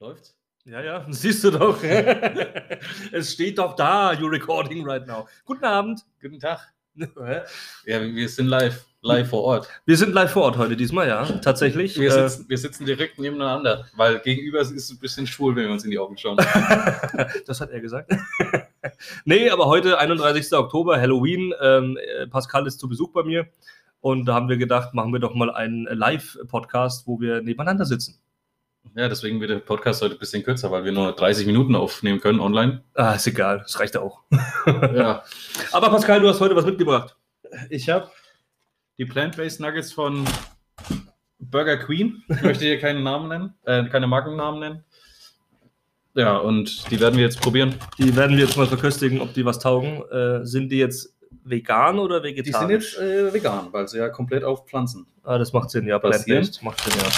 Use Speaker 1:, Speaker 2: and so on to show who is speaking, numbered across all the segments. Speaker 1: Läuft's?
Speaker 2: Ja, ja, siehst du doch. es steht doch da, you're recording right now. Guten Abend.
Speaker 1: Guten Tag. Ja, wir sind live, live vor Ort.
Speaker 2: Wir sind live vor Ort heute diesmal, ja, tatsächlich.
Speaker 1: Wir
Speaker 2: Äh,
Speaker 1: sitzen, wir sitzen direkt nebeneinander, weil gegenüber ist es ein bisschen schwul, wenn wir uns in die Augen schauen.
Speaker 2: das hat er gesagt. nee, aber heute, 31. Oktober, Halloween. Ähm, äh, Pascal ist zu Besuch bei mir. Und da haben wir gedacht, machen wir doch mal einen Live-Podcast, wo wir nebeneinander sitzen.
Speaker 1: Ja, deswegen wird der Podcast heute ein bisschen kürzer, weil wir nur 30 Minuten aufnehmen können online.
Speaker 2: Ah, ist egal, das reicht auch.
Speaker 1: Ja.
Speaker 2: Aber Pascal, du hast heute was mitgebracht.
Speaker 1: Ich habe die Plant-Based Nuggets von Burger Queen. Ich möchte hier keinen Namen nennen, äh, keine Markennamen nennen. Ja, und die werden wir jetzt probieren.
Speaker 2: Die werden wir jetzt mal verköstigen, ob die was taugen. Äh, sind die jetzt vegan oder vegetarisch?
Speaker 1: äh, vegan, weil sie ja komplett auf Pflanzen
Speaker 2: Ah, das macht Sinn, ja.
Speaker 1: Passiert.
Speaker 2: Plant-based macht Sinn, ja.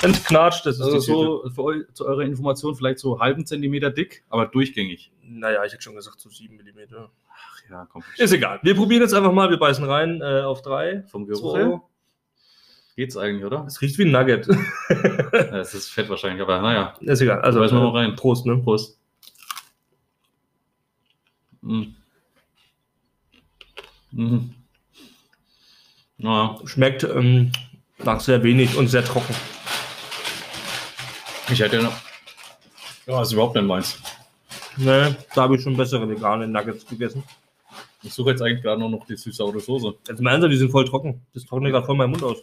Speaker 2: Wenn es knatscht, das ist
Speaker 1: Also
Speaker 2: die so.
Speaker 1: so für eu zu eurer Information vielleicht so halben Zentimeter dick, aber durchgängig.
Speaker 2: Naja, ich hätte schon gesagt, so 7 mm.
Speaker 1: Ach ja, komm.
Speaker 2: Ist egal. Wir probieren jetzt einfach mal. Wir beißen rein äh, auf 3.
Speaker 1: Vom Geruch her
Speaker 2: So.
Speaker 1: geht's eigentlich, oder?
Speaker 2: Es riecht wie ein Nugget.
Speaker 1: Ja, Es ist fett wahrscheinlich, aber naja.
Speaker 2: ist egal. Also,
Speaker 1: Beißen wir
Speaker 2: äh,
Speaker 1: mal rein.
Speaker 2: Prost, ne?
Speaker 1: Prost. Mhm. Mhm. Naja,
Speaker 2: Schmeckt ähm, nach sehr wenig und sehr trocken.
Speaker 1: ich hätte noch. Ja, ist überhaupt nicht meins.
Speaker 2: Ne, da habe ich schon bessere vegane Nuggets gegessen.
Speaker 1: Ich suche jetzt eigentlich gerade nur noch die süß-saure Soße.
Speaker 2: Jetzt mal ernsthaft, die sind voll trocken. Das trocknet gerade voll meinen Mund aus.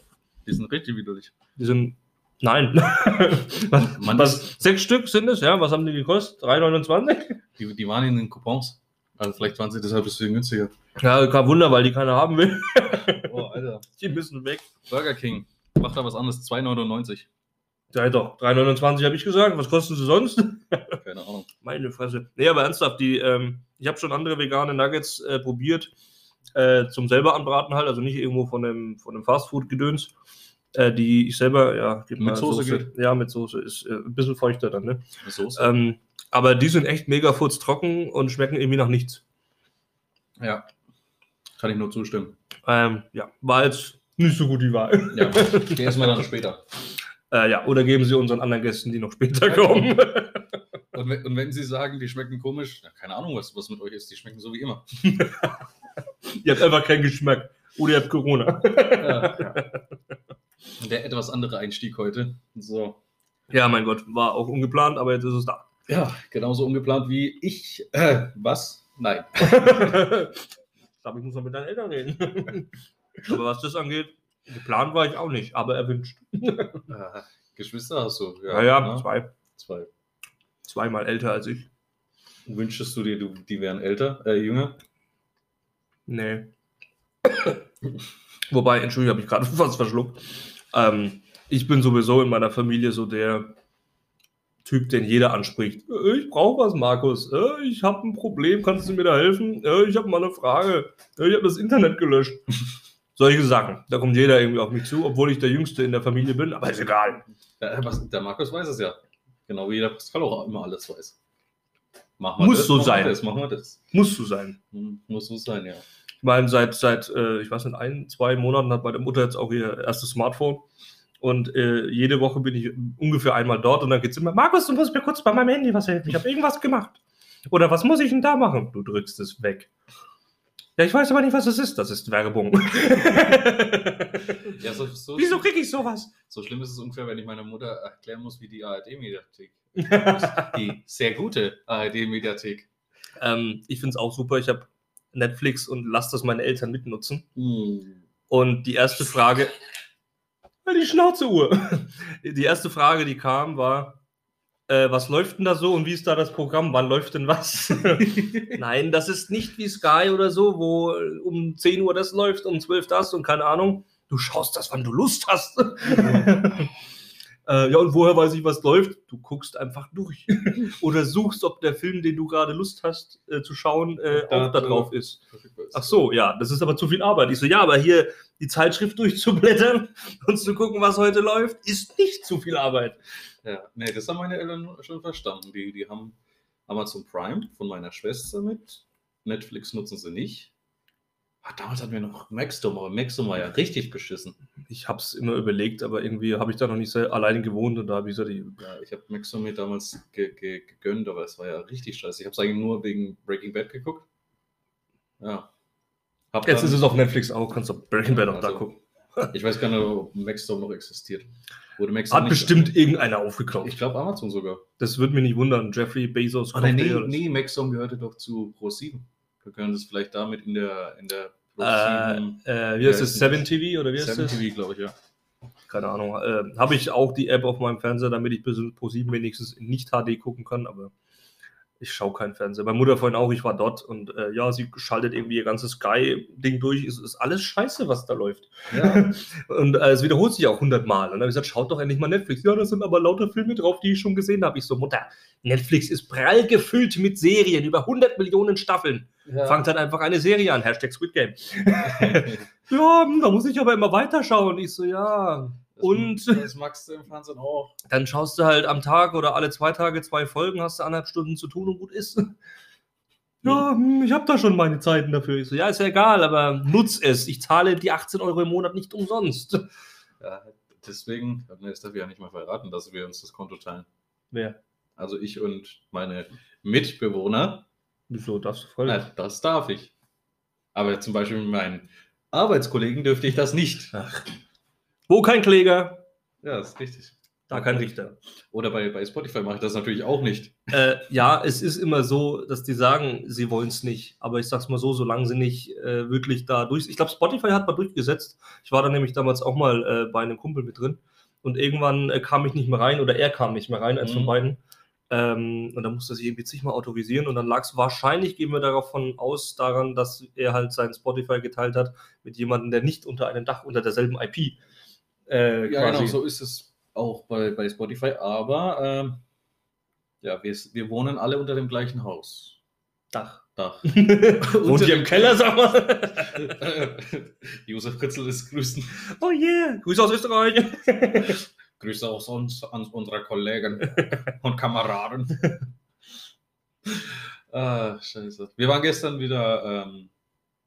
Speaker 1: Die sind richtig widerlich.
Speaker 2: Die sind. Nein. was,
Speaker 1: Man
Speaker 2: was, sechs Stück sind es, ja. Was haben die gekostet? 3,29?
Speaker 1: Die, die waren in den Coupons. Also vielleicht waren sie deshalb ein bisschen günstiger.
Speaker 2: Ja, kein Wunder, weil die keiner haben will.
Speaker 1: Oh, Alter.
Speaker 2: Die müssen weg.
Speaker 1: Burger King macht da was anderes. 2,99.
Speaker 2: Ja, doch, 3,29 habe ich gesagt. Was kosten sie sonst?
Speaker 1: Keine Ahnung.
Speaker 2: Meine Fresse. Nee, aber ernsthaft, die, ähm, ich habe schon andere vegane Nuggets äh, probiert, äh, zum selber anbraten halt, also nicht irgendwo von einem, von einem Fastfood-Gedöns, äh, die ich selber, ja, gib
Speaker 1: Mit Soße geht.
Speaker 2: Ja, mit Soße, ist äh, ein bisschen feuchter dann, ne?
Speaker 1: Eine Soße.
Speaker 2: Ähm, aber die sind echt mega furztrocken und schmecken irgendwie nach nichts.
Speaker 1: Ja. Kann ich nur zustimmen.
Speaker 2: Ähm, ja, war jetzt nicht so gut die Wahl.
Speaker 1: Ja, die essen wir dann später.
Speaker 2: Äh, ja, oder geben sie unseren anderen Gästen, die noch später kommen.
Speaker 1: Und wenn, und wenn sie sagen, die schmecken komisch, na, keine Ahnung, was, was mit euch ist, die schmecken so wie immer.
Speaker 2: ihr habt einfach keinen Geschmack. Oder ihr habt Corona.
Speaker 1: Der etwas andere Einstieg heute. So.
Speaker 2: Ja, mein Gott, war auch ungeplant, aber jetzt ist es da.
Speaker 1: Ja, genauso ungeplant wie ich. Äh, was? Nein.
Speaker 2: ich glaube, ich muss noch mit deinen Eltern reden. aber was das angeht, geplant war ich auch nicht, aber erwünscht.
Speaker 1: Äh, Geschwister hast du?
Speaker 2: Ja, ja,
Speaker 1: ne?
Speaker 2: zwei,
Speaker 1: zwei.
Speaker 2: zweimal älter als ich.
Speaker 1: Wünschtest du dir, du, die wären älter, äh, jünger?
Speaker 2: Nee. Wobei, Entschuldigung, habe ich gerade was verschluckt. Ähm, ich bin sowieso in meiner Familie so der Typ, den jeder anspricht. Äh, Ich brauche was, Markus. Äh, Ich habe ein Problem. Kannst du mir da helfen? Äh, Ich habe mal eine Frage. Äh, Ich habe das Internet gelöscht. Solche Sachen. Da kommt jeder irgendwie auf mich zu, obwohl ich der Jüngste in der Familie bin. Aber ist egal.
Speaker 1: Ja, Äh, was, der Markus weiß es ja. Genau wie der Pascal auch immer alles weiß. Machen
Speaker 2: Muss so
Speaker 1: machen wir
Speaker 2: sein.
Speaker 1: Das, machen wir das.
Speaker 2: Muss so sein.
Speaker 1: Hm, Muss so sein, ja.
Speaker 2: Ich meine, seit, seit äh, ich weiß nicht, ein, zwei Monaten hat meine Mutter jetzt auch ihr erstes Smartphone. Und äh, jede Woche bin ich ungefähr einmal dort und dann geht es immer, Markus, du musst mir kurz bei meinem Handy was helfen. Ich habe irgendwas gemacht. Oder was muss ich denn da machen? Du drückst es weg. Ja, ich weiß aber nicht, was das ist. Das ist Werbung.
Speaker 1: ja so, so,
Speaker 2: Wieso kriege ich sowas?
Speaker 1: So schlimm ist es ungefähr, wenn ich meiner Mutter erklären muss, wie die ARD-Mediathek ist. Die sehr gute ARD-Mediathek.
Speaker 2: Ähm, ich finde es auch super. Ich habe Netflix und lasse das meine Eltern mitnutzen. Hm. Und die erste Frage. Ja, Halt Die Schnauze-Uhr. Die erste Frage, die kam, war: äh, Was läuft denn da so und wie ist da das Programm? Wann läuft denn was? Nein, das ist nicht wie Sky oder so, wo um 10 Uhr das läuft, um 12 das und keine Ahnung. Du schaust das, wann du Lust hast. Äh, ja, und woher weiß ich, was läuft? Du guckst einfach durch. Oder suchst, ob der Film, den du gerade Lust hast, äh, zu schauen, äh, auch da drauf ist. Ach so, ja, das ist aber zu viel Arbeit. Ich so, ja, aber hier die Zeitschrift durchzublättern und zu gucken, was heute läuft, ist nicht zu viel Arbeit.
Speaker 1: Ja. Nee, das haben meine Eltern schon verstanden. Die, die haben Amazon Prime von meiner Schwester mit. Netflix nutzen sie nicht. Ah, damals hatten wir noch Maxdom, aber Maxdom war ja richtig beschissen.
Speaker 2: Ich habe es immer überlegt, aber irgendwie habe ich da noch nicht so alleine gewohnt und da habe ich so die.
Speaker 1: Ja, ich habe Maxdom mir damals ge ge gegönnt, aber es war ja richtig scheiße. Ich habe es eigentlich nur wegen Breaking Bad geguckt. Ja. Hab
Speaker 2: Jetzt
Speaker 1: dann-
Speaker 2: ist es auf Netflix auch, kannst du Breaking Bad auch da
Speaker 1: Also,
Speaker 2: gucken.
Speaker 1: Ich weiß gar nicht, ob Maxdom noch existiert. Wurde Maxdom
Speaker 2: Hat bestimmt irgendeiner aufgekauft.
Speaker 1: Ich glaube Amazon sogar.
Speaker 2: Das würde mich nicht wundern. Jeffrey Bezos.
Speaker 1: Oh, nee,
Speaker 2: kauft
Speaker 1: nee,
Speaker 2: eh alles.
Speaker 1: nee, Maxdom gehörte doch zu Pro7. Wir können das vielleicht damit in der, in der Pro7
Speaker 2: Äh, äh, wie heißt
Speaker 1: Ja,
Speaker 2: das? Seven TV oder wie heißt das?
Speaker 1: TV, glaube ich, ja.
Speaker 2: Keine Ahnung. Äh, habe ich auch die App auf meinem Fernseher, damit ich bis Pro 7 wenigstens in nicht HD gucken kann, aber ich schaue keinen Fernseher. Meine Mutter vorhin auch, ich war dort und äh, ja, sie schaltet irgendwie ihr ganzes Sky-Ding durch. Es ist alles scheiße, was da läuft.
Speaker 1: ja.
Speaker 2: Und äh, es wiederholt sich auch hundertmal. Und dann habe ich gesagt, schaut doch endlich mal Netflix. Ja, da sind aber lauter Filme drauf, die ich schon gesehen habe. Ich so, Mutter, Netflix ist prall gefüllt mit Serien, über 100 Millionen Staffeln. Fangt halt einfach eine Serie an, Hashtag Squid Game. Ja, hm, da muss ich aber immer weiterschauen. Ich so, ja.
Speaker 1: Das-
Speaker 2: Und-
Speaker 1: Das magst du im Fernsehen auch.
Speaker 2: Dann schaust du halt am Tag oder alle zwei Tage zwei Folgen, hast du anderthalb Stunden zu tun und gut ist. Ja, hm, ich habe da schon meine Zeiten dafür. Ich so, ja, ist ja egal, aber nutz es. Ich zahle die 18 Euro im Monat nicht umsonst.
Speaker 1: Ja, deswegen, ne, das darf ich ja nicht mal verraten, dass wir uns das Konto teilen.
Speaker 2: Wer?
Speaker 1: Also ich und meine Mitbewohner,
Speaker 2: Wieso darfst du voll?
Speaker 1: na, das darf ich. Aber zum Beispiel mit meinen Arbeitskollegen dürfte ich das nicht.
Speaker 2: Wo kein Kläger,
Speaker 1: Ja, ist richtig.
Speaker 2: da kein Richter.
Speaker 1: Oder bei, bei Spotify mache ich das natürlich auch nicht.
Speaker 2: Äh, ja, es ist immer so, dass die sagen, sie wollen es nicht. Aber ich sag's mal so, solange sie nicht äh, wirklich da durch. Ich glaube, Spotify hat mal durchgesetzt. Ich war da nämlich damals auch mal äh, bei einem Kumpel mit drin. Und irgendwann äh, kam ich nicht mehr rein oder er kam nicht mehr rein, eins von
Speaker 1: Mhm.
Speaker 2: beiden. Ähm, und dann musste sich irgendwie zigmal autorisieren. Und dann lag es wahrscheinlich, gehen wir darauf von aus, daran, dass er halt sein Spotify geteilt hat mit jemandem, der nicht unter einem Dach, unter derselben IP. Äh,
Speaker 1: Ja, genau, so ist es auch bei, bei Spotify. Aber ähm, ja, wir, s- wir wohnen alle unter dem gleichen Haus.
Speaker 2: Dach.
Speaker 1: Dach.
Speaker 2: Wohnt ihr im Keller, sag mal?
Speaker 1: Josef Fritzl ist grüßen.
Speaker 2: Oh yeah, Grüße aus Österreich.
Speaker 1: Grüße auch sonst an unsere Kollegen und Kameraden. ah, scheiße. Wir waren gestern wieder ähm,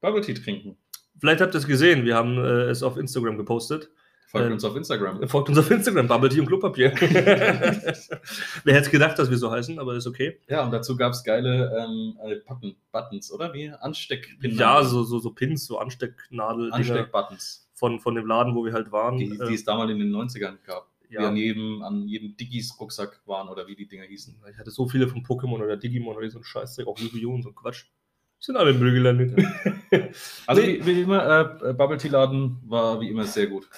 Speaker 1: Bubble Tea trinken.
Speaker 2: Vielleicht habt ihr es gesehen, wir haben äh, es auf Instagram gepostet.
Speaker 1: Folgt
Speaker 2: Ähm,
Speaker 1: uns auf Instagram.
Speaker 2: Folgt uns auf Instagram, Bubble Tea und Klopapier. Wer hätte gedacht, dass wir so heißen, aber ist okay.
Speaker 1: Ja, und dazu gab es geile ähm, äh, Button, Buttons, oder? Wie? Ansteckpinnen.
Speaker 2: Ja, so, so, so Pins, so Anstecknadel
Speaker 1: Ansteckbuttons.
Speaker 2: von, von dem Laden, wo wir halt waren.
Speaker 1: Die,
Speaker 2: Äh,
Speaker 1: die es damals in den 90ern gab. die
Speaker 2: ja.
Speaker 1: an jedem, an jedem Diggis Rucksack waren oder wie die Dinger hießen.
Speaker 2: Ich hatte so viele von Pokémon oder Digimon oder so ein Scheißdreck, auch Yu-Gi-Oh! und so ein Quatsch. Sind alle im Müll gelandet.
Speaker 1: Also
Speaker 2: Nee.
Speaker 1: wie, wie immer, äh, Bubble Tea Laden war wie immer sehr gut.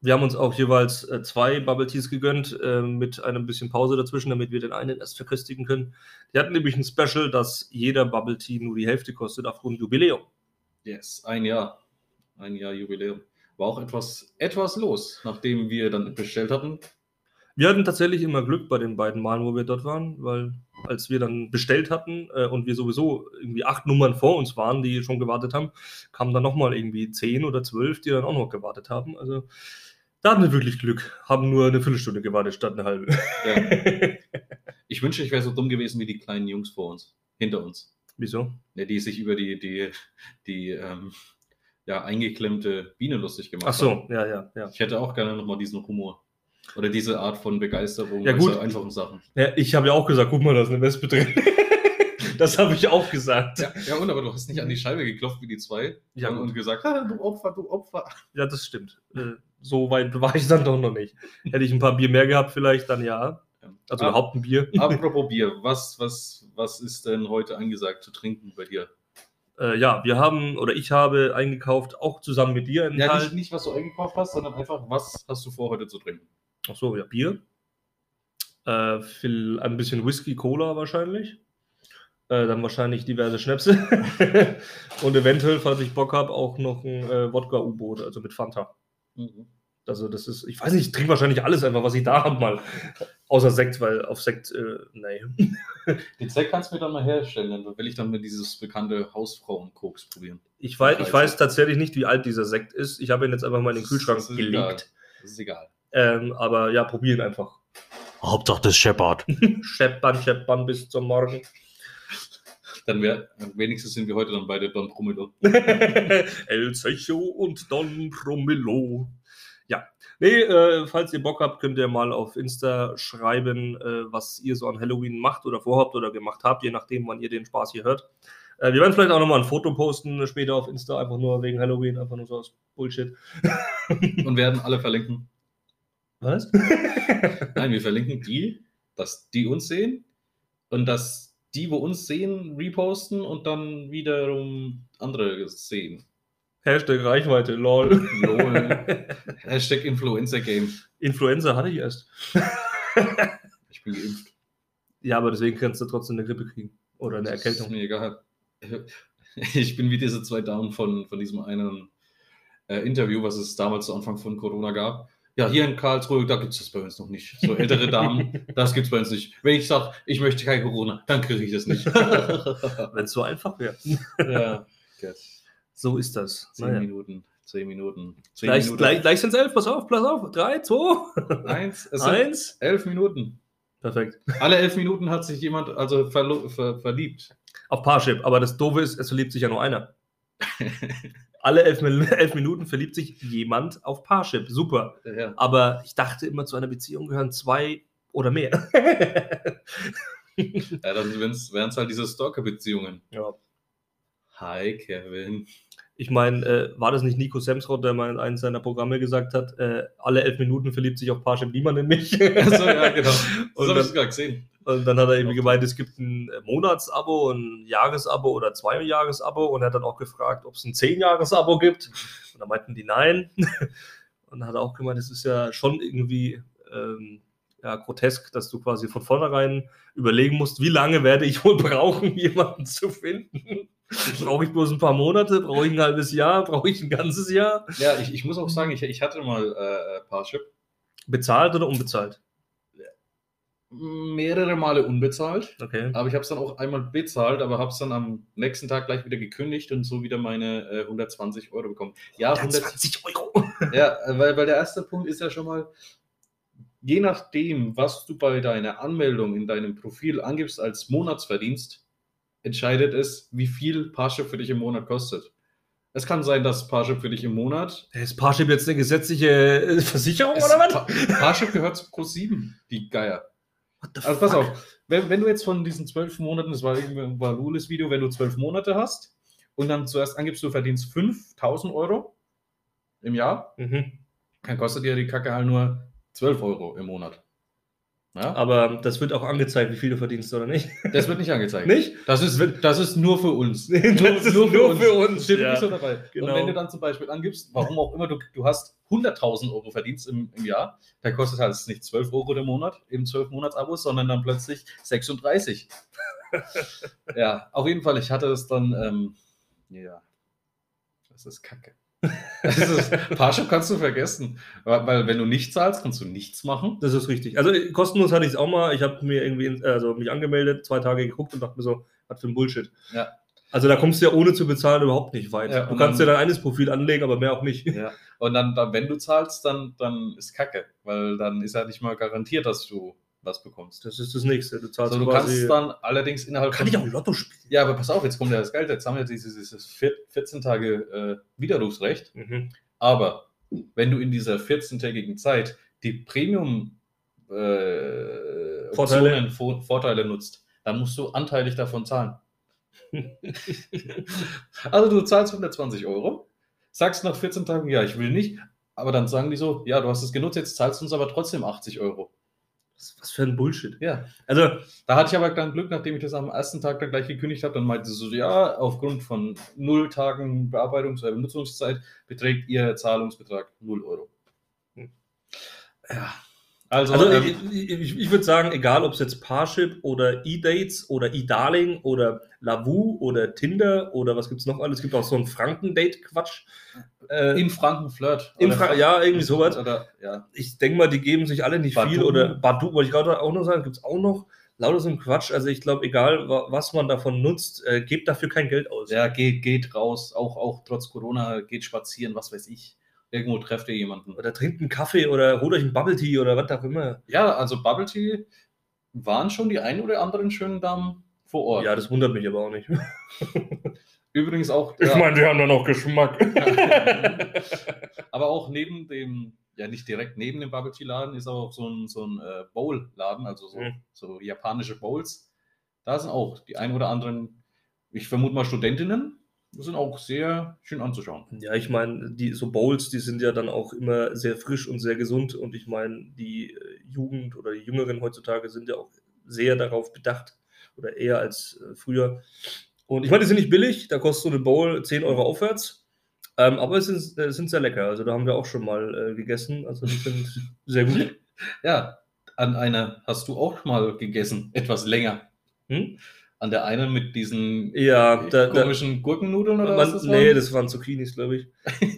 Speaker 2: Wir haben uns auch jeweils äh, zwei Bubble Teas gegönnt, äh, mit einem bisschen Pause dazwischen, damit wir den einen erst verköstigen können. Die hatten nämlich ein Special, dass jeder Bubble Tea nur die Hälfte kostet aufgrund Jubiläum.
Speaker 1: Yes, ein Jahr. Ein Jahr Jubiläum. War auch etwas, etwas los, nachdem wir dann bestellt hatten.
Speaker 2: Wir hatten tatsächlich immer Glück bei den beiden Malen, wo wir dort waren, weil als wir dann bestellt hatten äh, und wir sowieso irgendwie acht Nummern vor uns waren, die schon gewartet haben, kamen dann nochmal irgendwie zehn oder zwölf, die dann auch noch gewartet haben. Also da hatten wir wirklich Glück, haben nur eine Viertelstunde gewartet statt eine halbe.
Speaker 1: Ja. ich wünsche, ich wäre so dumm gewesen wie die kleinen Jungs vor uns, hinter uns.
Speaker 2: Wieso?
Speaker 1: Ja, die sich über die, die, die ähm, ja, eingeklemmte Biene lustig gemacht
Speaker 2: Ach so, ja, ja, ja.
Speaker 1: haben. Ich hätte auch gerne nochmal diesen Humor. Oder diese Art von Begeisterung
Speaker 2: Ja,
Speaker 1: bei
Speaker 2: gut.
Speaker 1: so einfachen Sachen.
Speaker 2: Ja, ich habe ja auch gesagt, guck mal, da ist eine Wespe drin. das habe ich auch gesagt.
Speaker 1: Ja, ja, und aber du hast nicht an die Scheibe geklopft wie die zwei
Speaker 2: Ja,
Speaker 1: und,
Speaker 2: gut.
Speaker 1: und gesagt, "Ah, du Opfer, du Opfer.
Speaker 2: Ja, das stimmt. Äh, so weit war ich dann doch noch nicht. Hätte ich ein paar Bier mehr gehabt, vielleicht, dann ja. Also
Speaker 1: Ah,
Speaker 2: überhaupt ein Bier.
Speaker 1: Apropos Bier, was, was, was ist denn heute angesagt zu trinken bei dir?
Speaker 2: Äh, ja, wir haben oder ich habe eingekauft, auch zusammen mit dir.
Speaker 1: Ja, nicht,
Speaker 2: enthalten.
Speaker 1: nicht, was du eingekauft hast, sondern einfach, was hast du vor, heute zu trinken?
Speaker 2: Ach so, ja, Bier. Äh, viel, ein bisschen Whisky, Cola wahrscheinlich. Äh, dann wahrscheinlich diverse Schnäpse. Und eventuell, falls ich Bock habe, auch noch ein äh, Wodka-U-Boot, also mit Fanta. Also das ist, ich weiß nicht, ich trinke wahrscheinlich alles einfach, was ich da habe mal. Außer Sekt, weil auf Sekt, äh, nee.
Speaker 1: Den Zweck kannst du mir dann mal herstellen, dann will ich dann mal dieses bekannte Hausfrauen-Koks probieren.
Speaker 2: Ich weiß, ich
Speaker 1: Scheiße.
Speaker 2: weiß tatsächlich nicht, wie alt dieser Sekt ist. Ich habe ihn jetzt einfach mal in den
Speaker 1: Das
Speaker 2: Kühlschrank
Speaker 1: ist egal.
Speaker 2: gelegt.
Speaker 1: Das ist egal.
Speaker 2: Ähm, aber ja, probieren einfach.
Speaker 3: Hauptsache das Shepard.
Speaker 2: Scheppern, scheppern bis zum Morgen.
Speaker 1: Dann wär, äh, wenigstens sind wir heute dann beide Don Promillo.
Speaker 2: El Zecho und Don Promillo. Ja. Nee, äh, falls ihr Bock habt, könnt ihr mal auf Insta schreiben, äh, was ihr so an Halloween macht oder vorhabt oder gemacht habt, je nachdem, wann ihr den Spaß hier hört. Äh, wir werden vielleicht auch nochmal ein Foto posten später auf Insta, einfach nur wegen Halloween, einfach nur so aus Bullshit.
Speaker 1: Und werden alle verlinken.
Speaker 2: Was?
Speaker 1: Nein, wir verlinken die, dass die uns sehen und dass die, wo uns sehen, reposten und dann wiederum andere sehen.
Speaker 2: Hashtag Reichweite, lol.
Speaker 1: Lol. Hashtag Influencer Game.
Speaker 2: Influenza hatte ich erst.
Speaker 1: Ich bin geimpft.
Speaker 2: Ja, aber deswegen kannst du trotzdem eine Grippe kriegen. Oder eine
Speaker 1: Das Ist
Speaker 2: Erkältung.
Speaker 1: mir egal. Ich bin wie diese zwei Damen von, von diesem einen äh, Interview, was es damals zu Anfang von Corona gab. Ja, hier in Karlsruhe, da gibt es das bei uns noch nicht. So ältere Damen, das gibt es bei uns nicht. Wenn ich sage, ich möchte kein Corona, dann kriege ich das nicht.
Speaker 2: Wenn es so einfach wäre.
Speaker 1: ja, Gott.
Speaker 2: So ist das.
Speaker 1: Zehn
Speaker 2: Naja.
Speaker 1: Minuten, zehn Minuten, zehn
Speaker 2: Gleich,
Speaker 1: Minuten.
Speaker 2: gleich, gleich sind es elf, pass auf, pass auf. Drei, zwei,
Speaker 1: Eins, es sind
Speaker 2: eins.
Speaker 1: elf Minuten.
Speaker 2: Perfekt.
Speaker 1: Alle elf Minuten hat sich jemand also verlo- ver verliebt.
Speaker 2: Auf Parship. Aber das Doofe ist, es verliebt sich ja nur einer. Alle elf, Min- elf Minuten verliebt sich jemand auf Parship. Super.
Speaker 1: Ja.
Speaker 2: Aber ich dachte immer, zu einer Beziehung gehören zwei oder mehr.
Speaker 1: Ja, dann wären es halt diese Stalker-Beziehungen.
Speaker 2: ja.
Speaker 1: Hi, Kevin.
Speaker 2: Ich meine, äh, war das nicht Nico Semsrott, der mal in einem seiner Programme gesagt hat, äh, alle elf Minuten verliebt sich auf Parship niemand in mich?
Speaker 1: Achso, ja, genau. Das habe
Speaker 2: Und
Speaker 1: ich
Speaker 2: dann-
Speaker 1: sogar gesehen.
Speaker 2: Und dann hat er irgendwie gemeint, es gibt ein äh, Monatsabo, ein Jahresabo oder zwei Jahresabo und er hat dann auch gefragt, ob es ein zehn Jahresabo gibt. Und dann meinten die nein. Und dann hat er auch gemeint, es ist ja schon irgendwie ähm, ja, grotesk, dass du quasi von vornherein überlegen musst, wie lange werde ich wohl brauchen, jemanden zu finden. Brauche ich bloß ein paar Monate? Brauche ich ein halbes Jahr? Brauche ich ein ganzes Jahr?
Speaker 1: Ja, ich, ich muss auch sagen, ich, ich hatte mal äh, Parship.
Speaker 2: Bezahlt oder unbezahlt?
Speaker 1: Mehrere Male unbezahlt.
Speaker 2: Okay.
Speaker 1: Aber ich habe es dann auch einmal bezahlt, aber habe es dann am nächsten Tag gleich wieder gekündigt und so wieder meine äh, 120 Euro bekommen. Ja, 100,
Speaker 2: 20 Euro.
Speaker 1: ja weil, weil der erste Punkt ist ja schon mal, je nachdem, was du bei deiner Anmeldung in deinem Profil angibst als Monatsverdienst, entscheidet es, wie viel Parship für dich im Monat kostet. Es kann sein, dass Parship für dich im Monat
Speaker 2: Ist Parship jetzt eine gesetzliche äh, Versicherung
Speaker 1: Es-
Speaker 2: oder was?
Speaker 1: Pa- Parship gehört zu Pro7, die Geier.
Speaker 2: What the
Speaker 1: Also pass auf, wenn, wenn du jetzt von diesen zwölf Monaten, das war irgendwie ein valules Video, wenn du zwölf Monate hast und dann zuerst angibst, du verdienst 5000 Euro im Jahr,
Speaker 2: Mhm.
Speaker 1: dann kostet dir die Kacke halt nur 12 Euro im Monat. Ja?
Speaker 2: Aber das wird auch angezeigt, wie viel du verdienst oder nicht.
Speaker 1: Das wird nicht angezeigt.
Speaker 2: Nicht?
Speaker 1: Das, ist, das ist nur für uns.
Speaker 2: Das ist nur für uns,
Speaker 1: Steht
Speaker 2: ja.
Speaker 1: nicht so dabei.
Speaker 2: Genau.
Speaker 1: Und wenn du dann zum Beispiel angibst, warum auch immer, du, du hast 100.000 Euro Verdienst im, im Jahr, dann kostet halt nicht 12 Euro der Monat im 12-Monats-Abo, sondern dann plötzlich 36. ja, auf jeden Fall, ich hatte es dann, ähm, ja, das ist kacke. Das ist, Parship kannst du vergessen, weil, weil wenn du nicht zahlst, kannst du nichts machen.
Speaker 2: Das ist richtig. Also äh, kostenlos hatte ich es auch mal. Ich habe mir irgendwie in- also mich angemeldet, zwei Tage geguckt und dachte mir so, was für ein Bullshit.
Speaker 1: Ja.
Speaker 2: Also da kommst du ja ohne zu bezahlen überhaupt nicht weit.
Speaker 1: Ja,
Speaker 2: du
Speaker 1: und
Speaker 2: kannst
Speaker 1: dann-
Speaker 2: dir dein eines Profil anlegen, aber mehr auch nicht.
Speaker 1: Ja. Und dann, dann, wenn du zahlst, dann, dann ist Kacke, weil dann ist ja nicht mal garantiert, dass du was bekommst.
Speaker 2: Das ist das nächste. Du zahlst
Speaker 1: Also du kannst dann allerdings innerhalb
Speaker 2: kann ich auch Lotto spielen?
Speaker 1: Ja, aber pass auf, jetzt kommt ja das Geld. Jetzt haben wir dieses, dieses vier- 14 Tage äh, Widerrufsrecht.
Speaker 2: Mhm.
Speaker 1: Aber wenn du in dieser 14-tägigen Zeit die Premium äh,
Speaker 2: Vorteile.
Speaker 1: Optionen, Vo Vorteile nutzt, dann musst du anteilig davon zahlen. also du zahlst 120 Euro, sagst nach 14 Tagen, ja, ich will nicht, aber dann sagen die so, ja, du hast es genutzt, jetzt zahlst du uns aber trotzdem 80 Euro.
Speaker 2: Was, was für ein Bullshit.
Speaker 1: Ja.
Speaker 2: Also
Speaker 1: Da hatte ich aber dann Glück, nachdem ich das am ersten Tag dann gleich gekündigt habe, dann meinte sie so, ja, aufgrund von null Tagen Bearbeitungs- oder Benutzungszeit beträgt ihr Zahlungsbetrag 0 Euro.
Speaker 2: Hm.
Speaker 1: Ja. Also,
Speaker 2: Also
Speaker 1: ähm,
Speaker 2: ich, ich, ich würde sagen, egal ob es jetzt Parship oder E-Dates oder E-Darling oder Lavu oder Tinder oder was gibt es noch alles, es gibt auch so einen Franken-Date-Quatsch. Äh,
Speaker 1: in Franken flirt.
Speaker 2: in
Speaker 1: Oder-
Speaker 2: Fra ja, irgendwie sowas.
Speaker 1: Oder, ja.
Speaker 2: Ich denke mal, die geben sich alle nicht
Speaker 1: Badu.
Speaker 2: viel. Oder Badu, wollte ich gerade auch noch sagen, gibt es auch noch. Lauter so ein Quatsch. Also ich glaube, egal wa was man davon nutzt, äh, gebt dafür kein Geld aus.
Speaker 1: ja, geht, geht raus, auch, auch trotz Corona, geht spazieren, was weiß ich. Irgendwo trefft ihr jemanden.
Speaker 2: Oder trinkt einen Kaffee oder holt euch einen Bubble Tea oder was auch immer.
Speaker 1: Ja, also Bubble Tea waren schon die ein oder anderen schönen Damen vor Ort.
Speaker 2: Ja, das wundert mich aber auch nicht.
Speaker 1: Übrigens auch.
Speaker 2: Ich
Speaker 1: ja,
Speaker 2: meine, die haben da noch Geschmack.
Speaker 1: aber auch neben dem, ja nicht direkt neben dem Baguchi-Laden, ist auch so ein, so ein äh, Bowl-Laden, also so,
Speaker 2: Mhm.
Speaker 1: so japanische Bowls. Da sind auch die ein oder anderen, ich vermute mal Studentinnen, sind auch sehr schön anzuschauen.
Speaker 2: Ja, ich meine, die so Bowls, die sind ja dann auch immer sehr frisch und sehr gesund. Und ich meine, die äh, Jugend oder die Jüngeren heutzutage sind ja auch sehr darauf bedacht oder eher als äh, früher. Und ich meine, die sind nicht billig, da kostet so eine Bowl 10 Euro aufwärts. Ähm, aber es sind, äh, sind sehr lecker. Also da haben wir auch schon mal äh, gegessen. Also die sind sehr gut.
Speaker 1: Ja, an einer hast du auch mal gegessen, etwas länger.
Speaker 2: Hm?
Speaker 1: An der einen mit diesen
Speaker 2: Ja, da, da,
Speaker 1: komischen Gurkennudeln oder was
Speaker 2: Man,
Speaker 1: das
Speaker 2: nee,
Speaker 1: waren?
Speaker 2: das waren Zucchinis, glaube ich.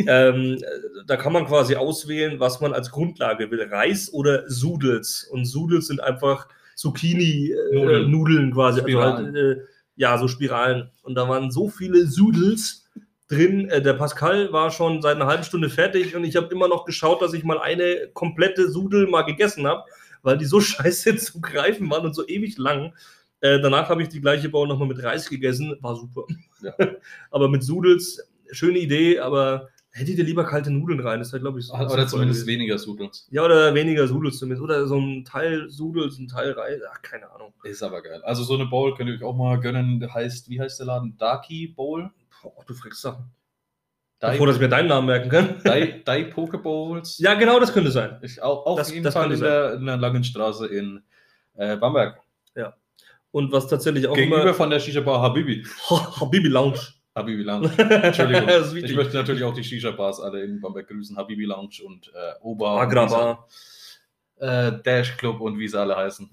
Speaker 2: ähm, da kann man quasi auswählen, was man als Grundlage will. Reis oder Sudels. Und Sudels sind einfach Zucchini-Nudeln
Speaker 1: Nudeln.
Speaker 2: äh, Nudeln quasi. Also
Speaker 1: Spiralen.
Speaker 2: halt, äh, ja, so Spiralen. Und da waren so viele Sudels drin. Äh, der Pascal war schon seit einer halben Stunde fertig und ich habe immer noch geschaut, dass ich mal eine komplette Sudel mal gegessen habe, weil die so scheiße zu greifen waren und so ewig lang. Äh, danach habe ich die gleiche Bowl nochmal mit Reis gegessen. War super. Aber mit Sudels, schöne Idee, aber hättet ihr lieber kalte Nudeln rein? Das wäre, glaube ich, so.
Speaker 1: Oder zumindest weniger Sudels.
Speaker 2: Ja, oder weniger Sudels zumindest. Oder so ein Teil Sudels, ein Teil Reis. Ach, keine Ahnung.
Speaker 1: Ist aber geil. Also so eine Bowl könnt ihr euch auch mal gönnen. Heißt, wie heißt der Laden? Daki Bowl?
Speaker 2: Boah, du fragst Sachen. Ich bin
Speaker 1: Dai,
Speaker 2: froh, dass ich mir deinen Namen merken kann.
Speaker 1: Dai, Dai Poke Bowls?
Speaker 2: Ja, genau, das könnte sein.
Speaker 1: Ich, auch auf
Speaker 2: Das-
Speaker 1: jeden
Speaker 2: das
Speaker 1: Fall in
Speaker 2: könnte
Speaker 1: der, in der langen Straße in äh, Bamberg.
Speaker 2: Und was tatsächlich auch
Speaker 1: Gegenüber
Speaker 2: immer.
Speaker 1: von der Shisha-Bar Habibi.
Speaker 2: Ha, Habibi Lounge.
Speaker 1: Habibi Lounge.
Speaker 2: Entschuldigung. das ist
Speaker 1: Ich
Speaker 2: wichtig.
Speaker 1: möchte natürlich auch die Shisha-Bars alle in Bamberg grüßen. Habibi Lounge und äh, Ober.
Speaker 2: Agra Bar.
Speaker 1: Äh, Dash Club und wie sie alle heißen.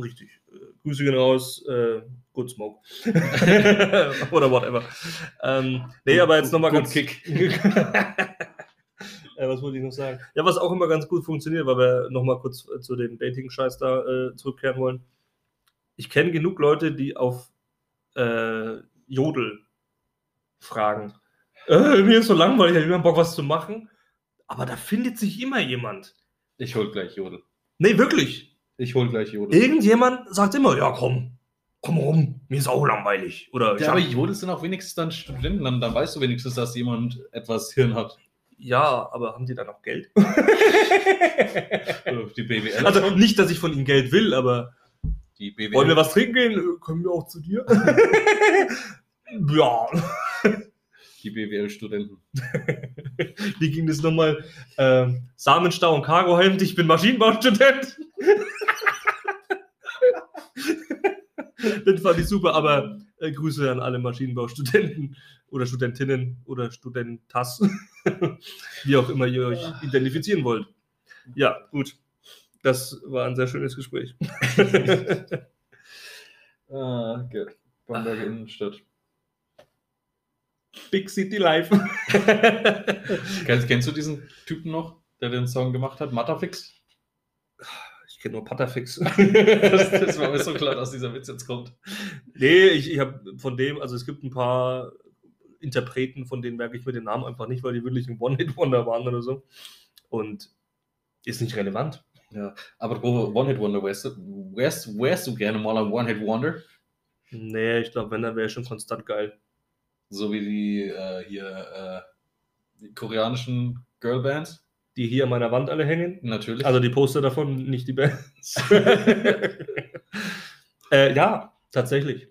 Speaker 2: Richtig. Äh, Grüße gehen raus. Äh, good smoke. oder whatever. Ähm, nee, aber jetzt nochmal
Speaker 1: Good
Speaker 2: ganz.
Speaker 1: Kick.
Speaker 2: Äh, was wollte ich noch sagen? Ja, was auch immer ganz gut funktioniert, weil wir nochmal kurz äh, zu dem Dating-Scheiß da äh, zurückkehren wollen. Ich kenne genug Leute, die auf äh, Jodel fragen. Äh, mir ist so langweilig, ich habe immer Bock, was zu machen. Aber da findet sich immer jemand.
Speaker 1: Ich hol gleich Jodel.
Speaker 2: Nee, wirklich.
Speaker 1: Ich hol gleich Jodel.
Speaker 2: Irgendjemand sagt immer, ja komm, komm rum, mir ist auch langweilig. Oder
Speaker 1: Ja,
Speaker 2: hab-
Speaker 1: aber Jodel sind auch wenigstens dann Studenten, dann, dann weißt du wenigstens, dass jemand etwas Hirn hat.
Speaker 2: ja, aber haben die dann auch Geld?
Speaker 1: Äh, Die BWL.
Speaker 2: also nicht, dass ich von ihnen Geld will, aber
Speaker 1: die BWL.
Speaker 2: Wollen wir was trinken gehen? Äh, Können wir auch zu dir? ja.
Speaker 1: Die BWL-Studenten.
Speaker 2: Wie ging das nochmal? Ähm, Samenstau und Cargohemd, ich bin Maschinenbaustudent. das fand ich super, aber äh, Grüße an alle Maschinenbaustudenten oder Studentinnen oder Studentas. Wie auch immer ihr euch identifizieren wollt. Ja, gut. Das war ein sehr schönes Gespräch.
Speaker 1: Ah, okay. Bamberger Innenstadt.
Speaker 2: Big City Life.
Speaker 1: Kennst, kennst du diesen Typen noch, der den Song gemacht hat? Matterfix?
Speaker 2: Ich kenne nur Patafix.
Speaker 1: Das, das war mir so klar, dass dieser Witz jetzt kommt.
Speaker 2: nee, ich, ich habe von dem, also es gibt ein paar Interpreten, von denen merke ich mir den Namen einfach nicht, weil die wirklich ein One-Hit-Wonder waren oder so. Und ist nicht relevant.
Speaker 1: Apropos One-Hit-Wonder, wärst, du- wärst, wärst du gerne mal ein One-Hit-Wonder?
Speaker 2: Nee, ich glaube, wenn, dann wäre schon konstant geil.
Speaker 1: So wie die äh, hier äh, die koreanischen Girlbands?
Speaker 2: Die hier an meiner Wand alle hängen.
Speaker 1: Natürlich.
Speaker 2: Also die Poster davon, nicht die Bands. äh, ja, tatsächlich.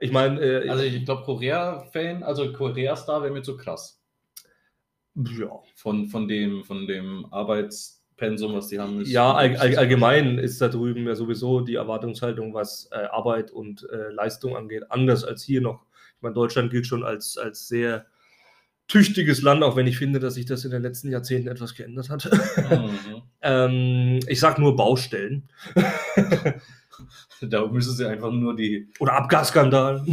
Speaker 2: Ich meine, äh,
Speaker 1: Also ich glaube, Korea-Fan, also Korea-Star wäre mir zu krass.
Speaker 2: ja.
Speaker 1: Von, von, dem, von dem Arbeitspensum, was die haben. ist-
Speaker 2: Ja, all, all, allgemein ist da drüben ja sowieso die Erwartungshaltung, was äh, Arbeit und äh, Leistung angeht, anders als hier noch. Ich meine, Deutschland gilt schon als, als sehr tüchtiges Land, auch wenn ich finde, dass sich das in den letzten Jahrzehnten etwas geändert hat.
Speaker 1: Mhm.
Speaker 2: ähm, ich sag nur Baustellen
Speaker 1: Da müssen sie einfach nur die,
Speaker 2: oder Abgasskandal.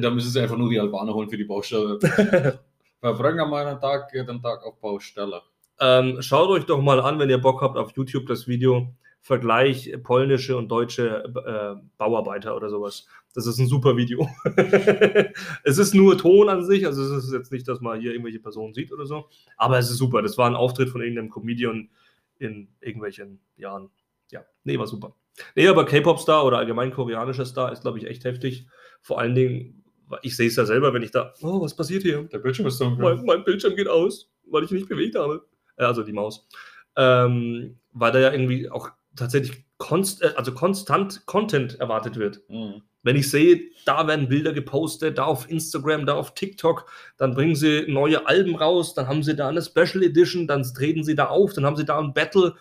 Speaker 1: da müssen sie einfach nur die Albaner holen für die Baustelle. Verbringen mal einen Tag, jeden Tag auf Baustelle.
Speaker 2: Ähm, schaut euch doch mal an, wenn ihr Bock habt, auf YouTube das Video Vergleich polnische und deutsche äh, Bauarbeiter oder sowas. Das ist ein super Video. es ist nur Ton an sich, also es ist jetzt nicht, dass man hier irgendwelche Personen sieht oder so, aber es ist super. Das war ein Auftritt von irgendeinem Comedian in irgendwelchen Jahren. Ja, nee, war super. Nee, aber K-Pop-Star oder allgemein koreanischer Star ist, glaube ich, echt heftig. Vor allen Dingen, weil ich sehe es ja selber, wenn ich da, oh, was passiert hier?
Speaker 1: Der Bildschirm ist dunkel.
Speaker 2: Mein, mein Bildschirm geht aus, weil ich ihn nicht bewegt habe. Äh, Also die Maus. Ähm, weil da ja irgendwie auch tatsächlich konst äh, also konstant Content erwartet wird.
Speaker 1: Mhm.
Speaker 2: Wenn ich sehe, da werden Bilder gepostet, da auf Instagram, da auf TikTok, dann bringen sie neue Alben raus, dann haben sie da eine Special Edition, dann treten sie da auf, dann haben sie da ein Battle.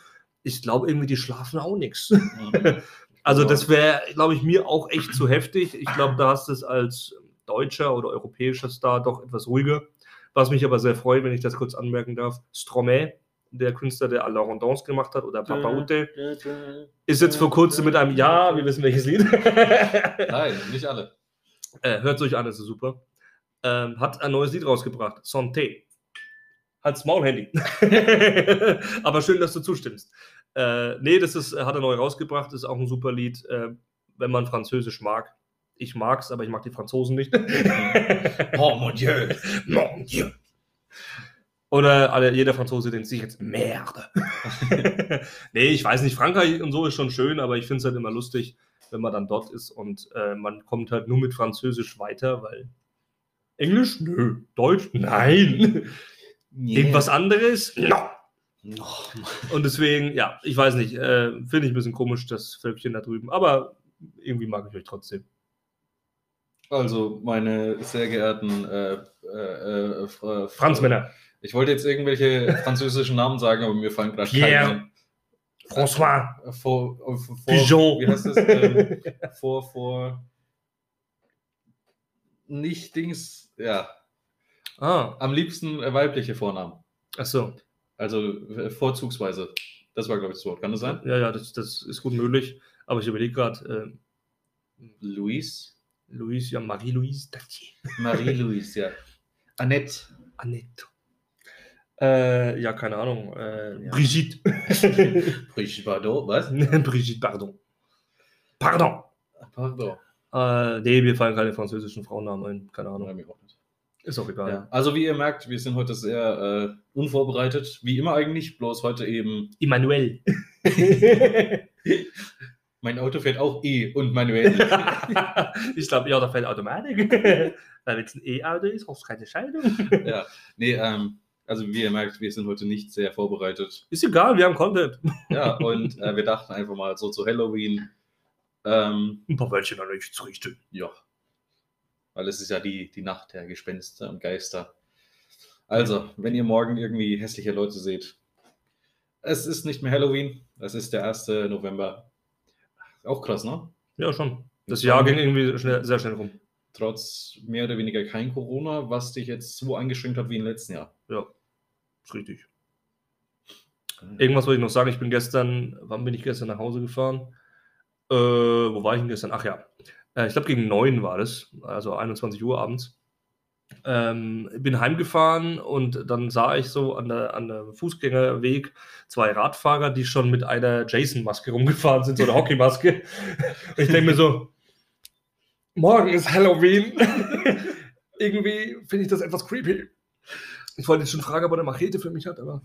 Speaker 2: Ich glaube irgendwie, die schlafen auch nichts.
Speaker 1: Mhm.
Speaker 2: Also
Speaker 1: Ja.
Speaker 2: das wäre, glaube ich, mir auch echt zu heftig. Ich glaube, da hast du es als deutscher oder europäischer Star doch etwas ruhiger. Was mich aber sehr freut, wenn ich das kurz anmerken darf, Stromae, der Künstler, der La Rondance gemacht hat, oder Papa Ute, ist jetzt vor kurzem mit einem Ja, wir wissen welches Lied, äh,
Speaker 1: Nein, nicht alle.
Speaker 2: hört euch an, das ist super, ähm, hat ein neues Lied rausgebracht, Santé. Hans Maul Handy. aber schön, dass du zustimmst. Äh, nee, das ist, hat er neu rausgebracht, ist auch ein super Lied, äh, wenn man Französisch mag. Ich mag's, aber ich mag die Franzosen nicht.
Speaker 1: Oh mon Dieu.
Speaker 2: Mon Dieu. Oder alle, jeder Franzose denkt sich jetzt, Merde. nee, ich weiß nicht, Frankreich und so ist schon schön, aber ich finde es halt immer lustig, wenn man dann dort ist und äh, man kommt halt nur mit Französisch weiter, weil Englisch? Nö. Deutsch? Nein. Irgendwas anderes? No.
Speaker 1: noch.
Speaker 2: Und deswegen, ja, ich weiß nicht, äh, finde ich ein bisschen komisch, das Völkchen da drüben, aber irgendwie mag ich euch trotzdem.
Speaker 1: Also, meine sehr geehrten äh, äh, äh, Fra-
Speaker 2: Franzmänner.
Speaker 1: Ich wollte jetzt irgendwelche französischen Namen sagen, aber mir fallen gerade
Speaker 2: Pierre.
Speaker 1: keine.
Speaker 2: François.
Speaker 1: ein. Äh, Vor, äh, vor,
Speaker 2: Pigeon.
Speaker 1: Wie heißt das? Ähm, vor, vor. Nicht Dings. Ja.
Speaker 2: ah,
Speaker 1: Am liebsten äh, weibliche Vornamen.
Speaker 2: ach so.
Speaker 1: Also äh, vorzugsweise. Das war, glaube ich, das Wort. Kann das sein?
Speaker 2: Ja, ja, das, das ist gut möglich. Aber ich überlege gerade, äh,
Speaker 1: Luis.
Speaker 2: Louise, ja, Marie-Louise Dartier.
Speaker 1: Marie-Louise, ja. Annette.
Speaker 2: Annette. Äh, ja, keine Ahnung. Äh,
Speaker 1: Ja.
Speaker 2: Brigitte.
Speaker 1: Brigitte Bardot, was?
Speaker 2: Brigitte, pardon. Pardon.
Speaker 1: Pardon.
Speaker 2: Äh, nee, mir fallen keine französischen Frauennamen ein. Keine Ahnung.
Speaker 1: Nein, mir auch nicht.
Speaker 2: Ist auch egal.
Speaker 1: Ja. Also wie ihr merkt, wir sind heute sehr äh, unvorbereitet, wie immer eigentlich, bloß heute eben,
Speaker 2: Emmanuel.
Speaker 1: mein Auto fährt auch E und manuell.
Speaker 2: ich glaube, ja, da fällt Automatik. Weil wenn es ein E-Auto ist, brauchst du keine Scheidung.
Speaker 1: ja. Nee, ähm, also wie ihr merkt, wir sind heute nicht sehr vorbereitet.
Speaker 2: Ist egal, wir haben Content.
Speaker 1: Ja, und äh, wir dachten einfach mal so zu Halloween, ähm,
Speaker 2: Ein paar Wörtchen an euch zu richten.
Speaker 1: ja, weil es ist ja die, die Nacht der Gespenster und Geister. Also, wenn ihr morgen irgendwie hässliche Leute seht, es ist nicht mehr Halloween, es ist der 1. November. Auch krass, ne?
Speaker 2: Ja, schon. Das Jahr ging irgendwie schnell, sehr schnell rum.
Speaker 1: trotz mehr oder weniger kein Corona, was dich jetzt so eingeschränkt hat wie im letzten Jahr.
Speaker 2: Ja, ist richtig. Irgendwas wollte ich noch sagen. Ich bin gestern, wann bin ich gestern nach Hause gefahren? Äh, wo war ich denn gestern? Ach ja, äh, ich glaube gegen 9 war das, also 21 Uhr abends. Ähm, bin heimgefahren und dann sah ich so an der, an der Fußgängerweg zwei Radfahrer, die schon mit einer Jason-Maske rumgefahren sind, so eine Hockeymaske. Und ich denke mir so, morgen ist Halloween. Irgendwie finde ich das etwas creepy. Ich wollte jetzt schon fragen, ob er eine Machete für mich hat, aber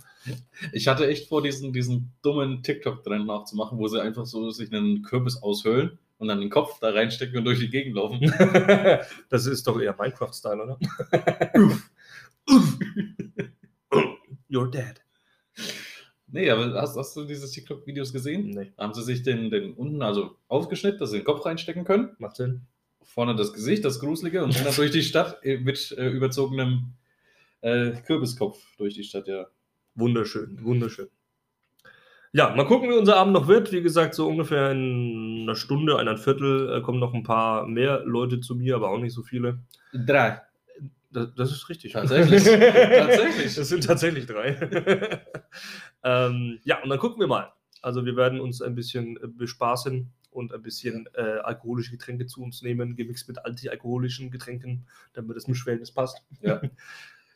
Speaker 1: Ich hatte echt vor, diesen, diesen dummen TikTok-Trend nachzumachen, wo sie einfach so sich einen Kürbis aushöhlen und dann den Kopf da reinstecken und durch die Gegend laufen.
Speaker 2: das ist doch eher Minecraft-Style, oder? Uff. Uff. You're dead.
Speaker 1: Nee, aber hast, hast du diese TikTok-Videos gesehen?
Speaker 2: Nee,
Speaker 1: Da haben sie sich den, den unten also aufgeschnitten, dass sie den Kopf reinstecken können.
Speaker 2: macht Sinn.
Speaker 1: Vorne das Gesicht, das Gruselige und sind dann durch die Stadt äh, mit äh, überzogenem äh, Kürbiskopf durch die Stadt, ja.
Speaker 2: Wunderschön, wunderschön. Ja, mal gucken, wie unser Abend noch wird. Wie gesagt, so ungefähr in einer Stunde, einer Viertel äh, kommen noch ein paar mehr Leute zu mir, aber auch nicht so viele.
Speaker 1: Drei.
Speaker 2: Das, das ist richtig.
Speaker 1: Tatsächlich. Tatsächlich.
Speaker 2: Es sind tatsächlich drei. ähm, ja, und dann gucken wir mal. Also wir werden uns ein bisschen äh, bespaßen und ein bisschen äh, alkoholische Getränke zu uns nehmen, gemixt mit antialkoholischen Getränken, damit es mit Schwellnis passt.
Speaker 1: Ja.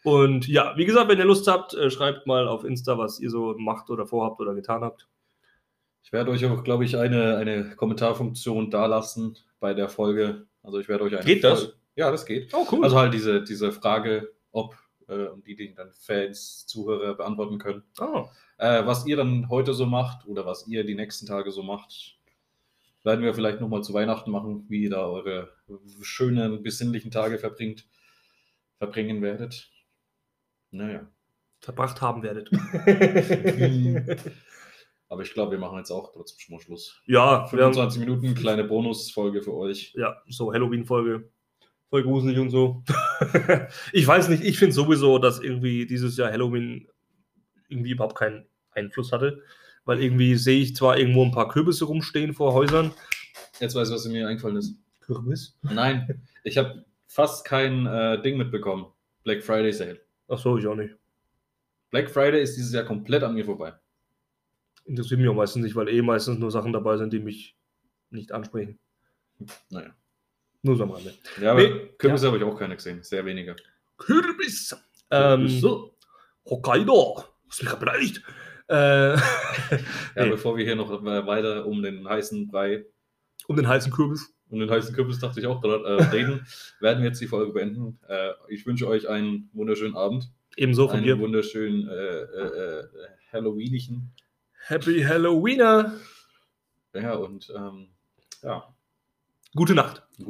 Speaker 2: Und ja, wie gesagt, wenn ihr Lust habt, äh, schreibt mal auf Insta, was ihr so macht oder vorhabt oder getan habt.
Speaker 1: Ich werde euch auch, glaube ich, eine, eine Kommentarfunktion dalassen bei der Folge. Also ich werde euch eine
Speaker 2: Geht das?
Speaker 1: Folge- Ja, das geht.
Speaker 2: Oh, cool.
Speaker 1: Also halt diese, diese Frage, ob äh, und die, die dann Fans, Zuhörer beantworten können.
Speaker 2: ah,
Speaker 1: Äh, was ihr dann heute so macht oder was ihr die nächsten Tage so macht. Werden wir vielleicht nochmal zu Weihnachten machen, wie ihr da eure schönen, besinnlichen Tage verbringt, verbringen werdet. Naja.
Speaker 2: Verbracht haben werdet.
Speaker 1: Aber ich glaube, wir machen jetzt auch trotzdem schon mal Schluss.
Speaker 2: ja, wir haben,
Speaker 1: 25 Minuten, kleine Bonusfolge für euch.
Speaker 2: ja, so Halloween-Folge. Voll gruselig und so. ich weiß nicht, ich finde sowieso, dass irgendwie dieses Jahr Halloween irgendwie überhaupt keinen Einfluss hatte. Weil irgendwie sehe ich zwar irgendwo ein paar Kürbisse rumstehen vor Häusern.
Speaker 1: Jetzt weiß ich, was mir eingefallen ist.
Speaker 2: Kürbis?
Speaker 1: Nein, ich habe fast kein äh, Ding mitbekommen. Black Friday Sale.
Speaker 2: Ach so, ich auch nicht.
Speaker 1: Black Friday ist dieses Jahr komplett an mir vorbei.
Speaker 2: Interessiert mich auch meistens nicht, weil eh meistens nur Sachen dabei sind, die mich nicht ansprechen.
Speaker 1: Naja.
Speaker 2: Nur so am Rande.
Speaker 1: Ja, aber
Speaker 2: Nee,
Speaker 1: Kürbisse habe ich auch keine gesehen. Sehr wenige.
Speaker 2: Kürbis.
Speaker 1: Äh,
Speaker 2: Ähm,
Speaker 1: so.
Speaker 2: Hokkaido. Hast mich grad beleidigt. Äh,
Speaker 1: Ja,
Speaker 2: nee,
Speaker 1: bevor wir hier noch äh, weiter um den heißen Brei,
Speaker 2: um den heißen Kürbis.
Speaker 1: um den heißen Kürbis, dachte ich auch gerade, äh, reden, werden wir jetzt die Folge beenden. Äh, ich wünsche euch einen wunderschönen Abend.
Speaker 2: Ebenso von
Speaker 1: einen
Speaker 2: dir.
Speaker 1: wunderschönen äh, äh, äh, Halloweenischen.
Speaker 2: Happy Halloweener.
Speaker 1: Ja, und ähm, ja.
Speaker 2: Gute Nacht.